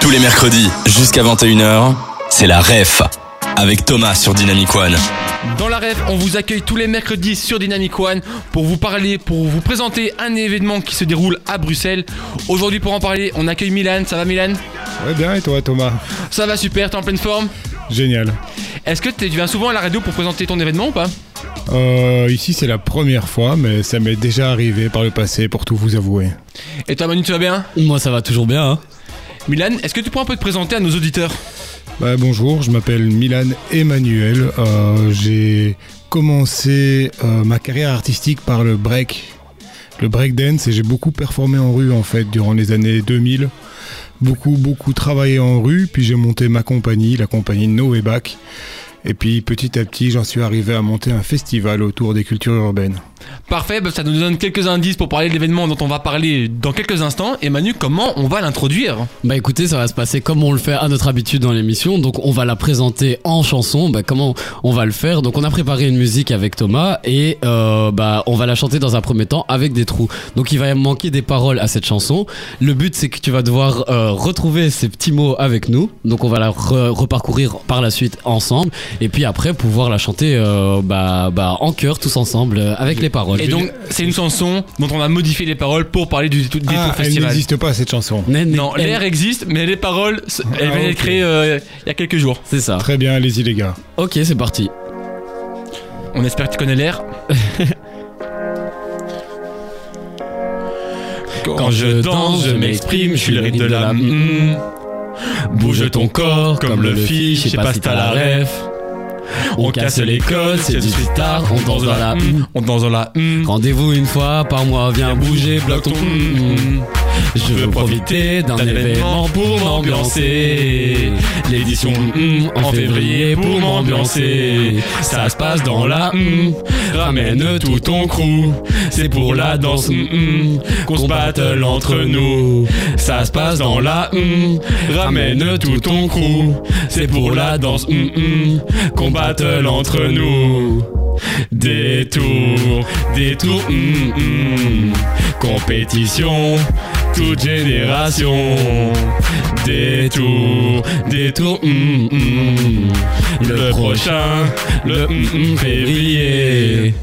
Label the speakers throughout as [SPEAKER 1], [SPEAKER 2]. [SPEAKER 1] Tous les mercredis, jusqu'à 21h, c'est la REF, avec Thomas sur Dynamic One.
[SPEAKER 2] Dans la rêve, on vous accueille tous les mercredis sur Dynamic One pour vous parler, pour vous présenter un événement qui se déroule à Bruxelles. Aujourd'hui, pour en parler, on accueille Milan. Ça va, Milan
[SPEAKER 3] Ouais, bien, et toi, Thomas
[SPEAKER 2] Ça va super, t'es en pleine forme
[SPEAKER 3] Génial.
[SPEAKER 2] Est-ce que t'es- tu viens souvent à la radio pour présenter ton événement ou pas
[SPEAKER 3] Euh, ici, c'est la première fois, mais ça m'est déjà arrivé par le passé, pour tout vous avouer.
[SPEAKER 2] Et toi, Manu, tu vas bien
[SPEAKER 4] Moi ça va toujours bien. hein.
[SPEAKER 2] Milan, est-ce que tu pourrais un peu te présenter à nos auditeurs
[SPEAKER 3] Bah, bonjour, je m'appelle Milan Emmanuel. Euh, J'ai commencé euh, ma carrière artistique par le break, le breakdance, et j'ai beaucoup performé en rue, en fait, durant les années 2000. Beaucoup, beaucoup travaillé en rue, puis j'ai monté ma compagnie, la compagnie No Way Back. Et puis, petit à petit, j'en suis arrivé à monter un festival autour des cultures urbaines.
[SPEAKER 2] Parfait, bah, ça nous donne quelques indices pour parler de l'événement dont on va parler dans quelques instants. Et Manu, comment on va l'introduire
[SPEAKER 4] Bah écoutez, ça va se passer comme on le fait à notre habitude dans l'émission. Donc on va la présenter en chanson. Bah comment on va le faire Donc on a préparé une musique avec Thomas et euh, bah on va la chanter dans un premier temps avec des trous. Donc il va manquer des paroles à cette chanson. Le but c'est que tu vas devoir euh, retrouver ces petits mots avec nous. Donc on va la re- reparcourir par la suite ensemble et puis après pouvoir la chanter euh, bah, bah en chœur tous ensemble euh, avec les paroles.
[SPEAKER 2] Et donc, c'est une chanson dont on a modifié les paroles pour parler du Détour
[SPEAKER 3] Ah,
[SPEAKER 2] Détour
[SPEAKER 3] elle
[SPEAKER 2] Festival.
[SPEAKER 3] n'existe pas, cette chanson.
[SPEAKER 4] Mais- mais-
[SPEAKER 2] Non, l'air existe, mais les paroles, c- elles
[SPEAKER 3] Ah,
[SPEAKER 2] viennent d'être
[SPEAKER 3] ok.
[SPEAKER 2] créées euh, il y a quelques jours.
[SPEAKER 4] c'est ça.
[SPEAKER 3] Très bien, allez-y les gars.
[SPEAKER 4] Ok, c'est parti.
[SPEAKER 2] On espère que tu connais l'air.
[SPEAKER 4] Quand je danse, je m'exprime, je suis le rythme de la mm.
[SPEAKER 2] Bouge ton corps comme le
[SPEAKER 4] fil,
[SPEAKER 2] fiche, je sais pas si t'as la ref.
[SPEAKER 4] On casse les codes, c'est du tard, on danse dans la mm.
[SPEAKER 2] On danse dans la mm.
[SPEAKER 4] Rendez-vous une fois par mois, viens bouger, bloque ton mm. Je veux profiter d'un événement pour m'ambiancer L'édition mm, en février pour m'ambiancer Ça se passe dans la mm. Ramène tout ton crew C'est pour la danse mm, mm, Qu'on se battle entre nous Ça se passe dans la mm. Ramène tout ton crew C'est pour la danse mm, mm, Qu'on battle entre nous des tours, des tours, hum, hum. compétition, toute génération. Des tours, des tours, hum, hum. le prochain, le hum, hum, février.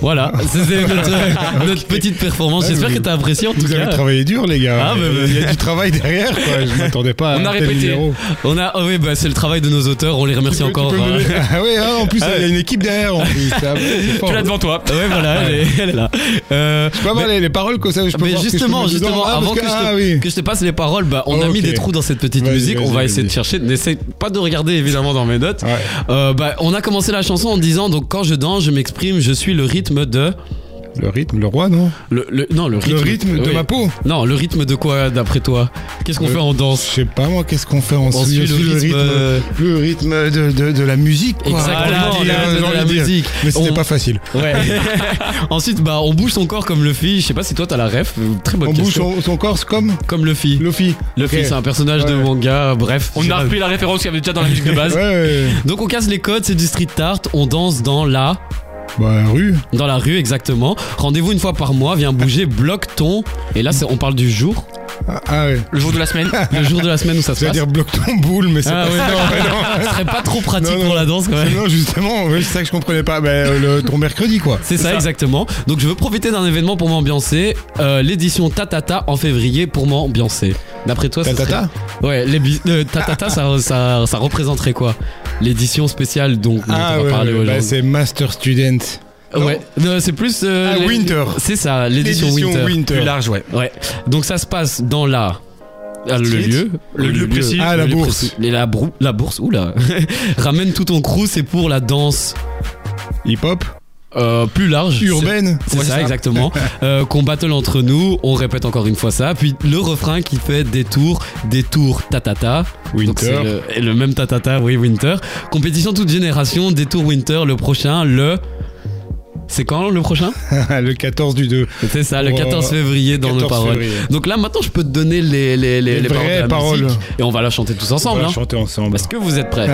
[SPEAKER 4] Voilà, c'était notre, euh, notre petite performance.
[SPEAKER 3] Ouais,
[SPEAKER 4] J'espère
[SPEAKER 3] vous-
[SPEAKER 4] que t'as apprécié en tout
[SPEAKER 3] Vous avez
[SPEAKER 4] cas.
[SPEAKER 3] travaillé dur, les gars.
[SPEAKER 4] Ah, mais-
[SPEAKER 3] Il y a du travail derrière, quoi. Je m'attendais pas
[SPEAKER 2] On
[SPEAKER 3] à
[SPEAKER 2] a
[SPEAKER 3] un tel
[SPEAKER 2] répété.
[SPEAKER 3] numéro.
[SPEAKER 4] On a, oh oui, bah, c'est le travail de nos auteurs. On les remercie
[SPEAKER 3] Tu peux- tu
[SPEAKER 4] encore.
[SPEAKER 3] peux me
[SPEAKER 4] hein.
[SPEAKER 3] donner- Ah ouais, hein, en plus, il y a une équipe derrière. En plus. Ah, c'est fort.
[SPEAKER 2] Tu l'as devant toi.
[SPEAKER 4] Ouais, voilà, elle est, elle est là. Euh,
[SPEAKER 3] C'est pas mal les paroles que ça. Je peux
[SPEAKER 4] Mais
[SPEAKER 3] voir ce que je peux
[SPEAKER 4] justement,
[SPEAKER 3] mettre dedans.
[SPEAKER 4] justement,
[SPEAKER 3] Ah, parce
[SPEAKER 4] avant que, je te,
[SPEAKER 3] ah, oui.
[SPEAKER 4] que je te passe les paroles, bah, on a
[SPEAKER 3] Ok.
[SPEAKER 4] mis des trous dans cette petite
[SPEAKER 3] Vas-y,
[SPEAKER 4] musique. On
[SPEAKER 3] vas-y,
[SPEAKER 4] va essayer de
[SPEAKER 3] vas-y. Ah.
[SPEAKER 4] chercher. N'essaie pas de regarder évidemment dans mes notes.
[SPEAKER 3] Ouais.
[SPEAKER 4] Euh, bah, on a commencé la chanson en disant donc quand je danse, je m'exprime, je suis le rythme de
[SPEAKER 3] Le rythme, le roi, non
[SPEAKER 4] le, le- non le rythme
[SPEAKER 3] Le rythme de
[SPEAKER 4] oui.
[SPEAKER 3] ma peau.
[SPEAKER 4] non le rythme de quoi d'après toi Qu'est-ce qu'on
[SPEAKER 3] Le-
[SPEAKER 4] fait en
[SPEAKER 3] Je
[SPEAKER 4] danse
[SPEAKER 3] sais pas moi, qu'est-ce qu'on fait en
[SPEAKER 4] On suit le rythme, euh,
[SPEAKER 3] le rythme de, de, de la musique. quoi.
[SPEAKER 4] Exactement,
[SPEAKER 3] Voilà,
[SPEAKER 4] le
[SPEAKER 3] j'ai
[SPEAKER 4] rythme de
[SPEAKER 3] envie
[SPEAKER 4] la
[SPEAKER 3] de dire.
[SPEAKER 4] musique.
[SPEAKER 3] Mais c'était
[SPEAKER 4] On-
[SPEAKER 3] pas facile.
[SPEAKER 4] Ouais. Ensuite bah on bouge son corps comme Luffy. Je sais pas si toi t'as la ref. Très bonne
[SPEAKER 3] On bouge
[SPEAKER 4] question.
[SPEAKER 3] son, son corps comme
[SPEAKER 4] Comme Luffy.
[SPEAKER 3] Luffy.
[SPEAKER 4] Luffy
[SPEAKER 3] Ok.
[SPEAKER 4] c'est un personnage de
[SPEAKER 3] Ouais.
[SPEAKER 4] manga. Bref.
[SPEAKER 2] On
[SPEAKER 4] j'ai
[SPEAKER 2] a
[SPEAKER 4] pas-
[SPEAKER 2] repris la référence qu'il y avait déjà dans la musique de base.
[SPEAKER 3] Ouais.
[SPEAKER 4] Donc on casse les codes, c'est du street art. On danse dans la
[SPEAKER 3] Bah rue.
[SPEAKER 4] Dans la rue, exactement. Rendez-vous une fois par mois, viens bouger, bloque ton. Et là, c'est- on parle du jour,
[SPEAKER 3] Ah, ah ouais.
[SPEAKER 2] Le jour de la semaine.
[SPEAKER 4] le jour de la semaine où ça se passe.
[SPEAKER 3] C'est-à-dire bloque ton boule, mais c'est
[SPEAKER 4] Ah
[SPEAKER 3] pas
[SPEAKER 4] ouais,
[SPEAKER 3] ça.
[SPEAKER 4] non, ce serait pas trop pratique
[SPEAKER 3] Non, non.
[SPEAKER 4] pour la danse quand
[SPEAKER 3] Mais
[SPEAKER 4] même.
[SPEAKER 3] Non, justement, ouais, c'est ça que je comprenais pas. Mais, euh, le, ton mercredi, quoi.
[SPEAKER 4] C'est ça, exactement. Donc, je veux profiter d'un événement pour m'ambiancer. Euh, L'édition Tatata en février pour m'ambiancer. D'après toi, ça
[SPEAKER 3] Tatata
[SPEAKER 4] serait- Ouais, les bi- euh, Tatata, ça, ça, ça représenterait quoi L'édition spéciale donc, dont on va
[SPEAKER 3] ouais,
[SPEAKER 4] parler
[SPEAKER 3] ouais, bah,
[SPEAKER 4] aujourd'hui.
[SPEAKER 3] c'est Master Student. non.
[SPEAKER 4] ouais, Non, c'est plus. euh,
[SPEAKER 3] Ah,
[SPEAKER 4] les-
[SPEAKER 3] Winter.
[SPEAKER 4] C'est ça, l'édition Winter.
[SPEAKER 2] Plus large, ouais.
[SPEAKER 4] Ouais. Donc ça se passe dans la ah, le
[SPEAKER 3] Street.
[SPEAKER 4] lieu,
[SPEAKER 2] Le lieu précis.
[SPEAKER 3] Ah, la
[SPEAKER 4] lieu
[SPEAKER 3] bourse.
[SPEAKER 4] précis. Et la, brou- la bourse, oula. Ramène tout ton crew, c'est pour la danse
[SPEAKER 3] Hip-hop,
[SPEAKER 4] euh, plus large.
[SPEAKER 3] urbaine.
[SPEAKER 4] C'est
[SPEAKER 2] Ouais,
[SPEAKER 4] ça,
[SPEAKER 2] ça.
[SPEAKER 4] exactement. Euh, qu'on battle entre nous, on répète encore une fois ça. Puis le refrain qui fait des tours, des tours tatata. Donc c'est
[SPEAKER 3] Winter.
[SPEAKER 4] le, et le même tatata, oui, Winter. Compétition toute génération, des tours Winter, le prochain, le. C'est quand le prochain
[SPEAKER 3] Le... 14 du 2.
[SPEAKER 4] C'est ça, le
[SPEAKER 3] Oh,
[SPEAKER 4] 14 février dans nos
[SPEAKER 3] 14
[SPEAKER 4] paroles.
[SPEAKER 3] février.
[SPEAKER 4] Donc là, maintenant, je peux te donner les, les, les,
[SPEAKER 3] Les
[SPEAKER 4] les
[SPEAKER 3] vraies
[SPEAKER 4] paroles, de la musique.
[SPEAKER 3] paroles.
[SPEAKER 4] et on va la chanter tous
[SPEAKER 3] On
[SPEAKER 4] ensemble.
[SPEAKER 3] va
[SPEAKER 4] hein.
[SPEAKER 3] chanter ensemble.
[SPEAKER 4] Est-ce que vous êtes prêts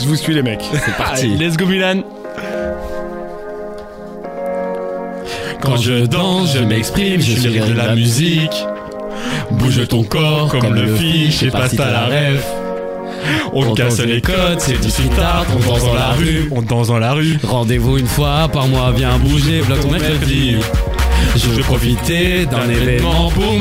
[SPEAKER 3] Je vous suis, les mecs.
[SPEAKER 4] C'est parti.
[SPEAKER 2] Let's go, Milan.
[SPEAKER 4] Quand je danse, je m'exprime, je suis le rire de la musique. Bouge ton corps comme le fiche et passe à la ref. On casse les codes, c'est du street art, on danse dans la rue.
[SPEAKER 2] on danse dans la rue.
[SPEAKER 4] Rendez-vous une fois par mois, viens bouger, bloque ton mercredi. Je veux profiter d'un événement pour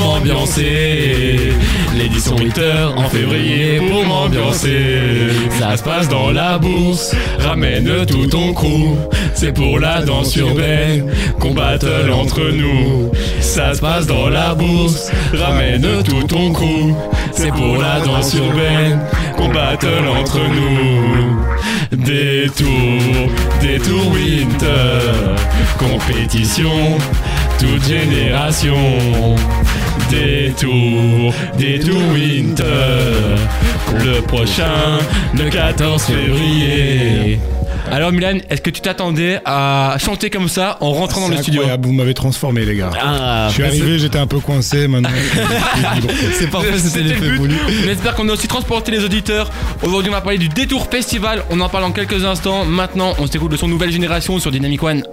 [SPEAKER 4] m'ambiancer. L'édition Twitter en février pour m'ambiancer. Ça se passe dans la bourse, ramène tout ton crew. C'est pour la danse urbaine qu'on battle entre nous. Ça se passe dans la bourse, ramène tout ton crew. C'est pour la danse urbaine qu'on battle entre nous. Détour, détour Winter, compétition toute génération. Détour, détour Winter. Le prochain, le 14 février.
[SPEAKER 2] Alors Milan, est-ce que tu t'attendais à chanter comme ça en rentrant dans le
[SPEAKER 3] C'est
[SPEAKER 2] studio
[SPEAKER 3] incroyable, vous m'avez transformé, les gars.
[SPEAKER 4] Ah,
[SPEAKER 3] Je suis arrivé, j'étais un peu coincé, maintenant. je suis libre.
[SPEAKER 4] c'est parfait, c'était
[SPEAKER 2] C'était
[SPEAKER 4] l'effet
[SPEAKER 2] le but.
[SPEAKER 4] voulu.
[SPEAKER 2] On espère qu'on a aussi transporté les auditeurs. Aujourd'hui, on va parler du Détour Festival. On en parle en quelques instants. Maintenant, on s'écoute de son nouvelle génération sur Dynamic One.